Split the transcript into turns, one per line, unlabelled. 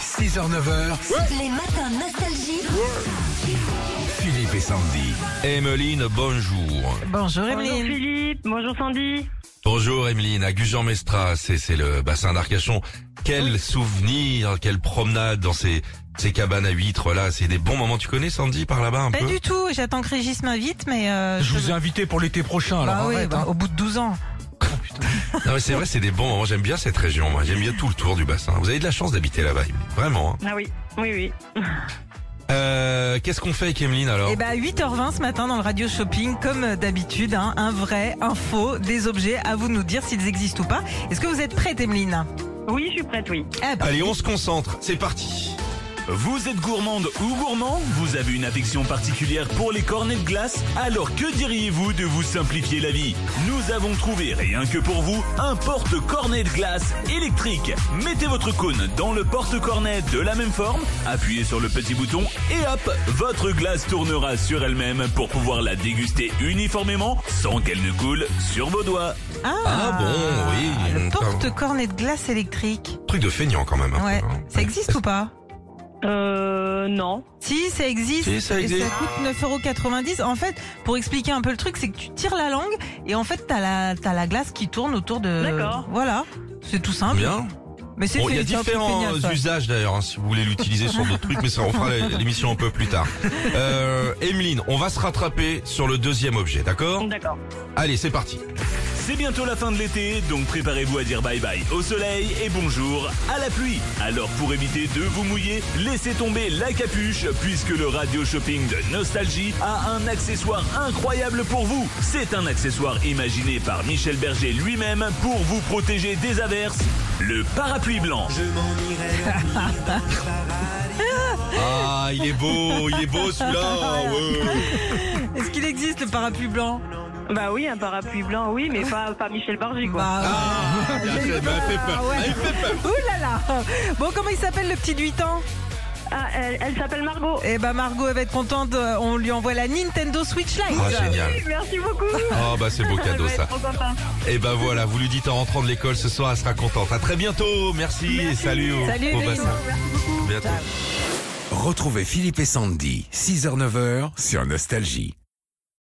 6h-9h,
Les matins nostalgie.
Philippe et Sandy.
Emeline, bonjour.
Bonjour
Bonjour
Emeline.
Philippe, bonjour Sandy.
Bonjour Emeline, à Gujan-Mestras, c'est c'est le bassin d'Arcachon. Quel souvenir, quelle promenade dans ces, ces cabanes à huîtres là, c'est des bons moments. Tu connais Sandy par là-bas un
Pas
peu
du tout, j'attends que Régis m'invite, mais... euh,
Je vous ai invité pour l'été prochain, alors
Bah oui,
arrête,
bah,
hein.
au bout de 12 ans.
Non mais c'est vrai, c'est des bons moments. J'aime bien cette région, moi. J'aime bien tout le tour du bassin. Vous avez de la chance d'habiter là-bas, Emeline. Vraiment. hein.
Ah oui, oui, oui.
Euh, Qu'est-ce qu'on fait avec Emeline alors
Et bah 8h20 ce matin dans le radio shopping, comme d'habitude, hein, un vrai, un faux, des objets, à vous de nous dire s'ils existent ou pas. Est-ce que vous êtes prête Emeline
Oui, je suis prête, oui.
Eh bah,
Allez, on se concentre. C'est parti.
Vous êtes gourmande ou gourmand Vous avez une affection particulière pour les cornets de glace Alors que diriez-vous de vous simplifier la vie Nous avons trouvé, rien que pour vous, un porte-cornet de glace électrique. Mettez votre cône dans le porte-cornet de la même forme, appuyez sur le petit bouton et hop, votre glace tournera sur elle-même pour pouvoir la déguster uniformément sans qu'elle ne coule sur vos doigts.
ah,
Ah bon, oui.
Le porte-cornet de glace électrique.
Truc de feignant quand même. un peu,
Ouais,
hein.
ça existe ou pas
Euh, non.
si, ça existe.
Si, ça existe.
Et ça coûte 9,90€. En fait, pour expliquer un peu le truc, c'est que tu tires la langue et en fait, t'as la, t'as la glace qui tourne autour de.
D'accord.
Voilà. C'est tout simple.
Bien.
Mais c'est
Bon, il y a
fait- c'est un truc
différents
génial, ça.
usages d'ailleurs, hein, si vous voulez l'utiliser sur d'autres trucs, mais ça, on fera la- l'émission un peu plus tard. Euh, Emeline, on va se rattraper sur le deuxième objet, d'accord
D'accord.
Allez, c'est parti.
C'est bientôt la fin de l'été, donc préparez-vous à dire bye bye au soleil et bonjour à la pluie. Alors pour éviter de vous mouiller, laissez tomber la capuche puisque le radio shopping de Nostalgie a un accessoire incroyable pour vous. C'est un accessoire imaginé par Michel Berger lui-même pour vous protéger des averses. Le parapluie blanc.
Ah, il est beau, il est beau celui-là. ouais.
Est-ce qu'il existe le parapluie blanc
Bah oui, un parapluie blanc, oui, mais pas, pas Michel Bargy, quoi.
Bah,
Ah, bien fait, bah, elle fait peur.
ouais.
Elle fait peur.
Ouh là là Bon, comment il s'appelle le petit de 8 ans
Ah, elle, elle s'appelle Margot.
Eh ben, Margot, elle va être contente. euh, On lui envoie la Nintendo Switch Lite.
Ah, génial.
Oui, merci beaucoup.
Ah, bah, c'est beau
Elle
cadeau
va être
ça.
trop sympa.
Et ben voilà, vous lui dites en rentrant de l'école ce soir, elle sera contente. À très bientôt, merci, et salut au,
Salut,
au
Emeline.
bassin. À bientôt.
Retrouvez Philippe et Sandy, 6h-9h, sur Nostalgie.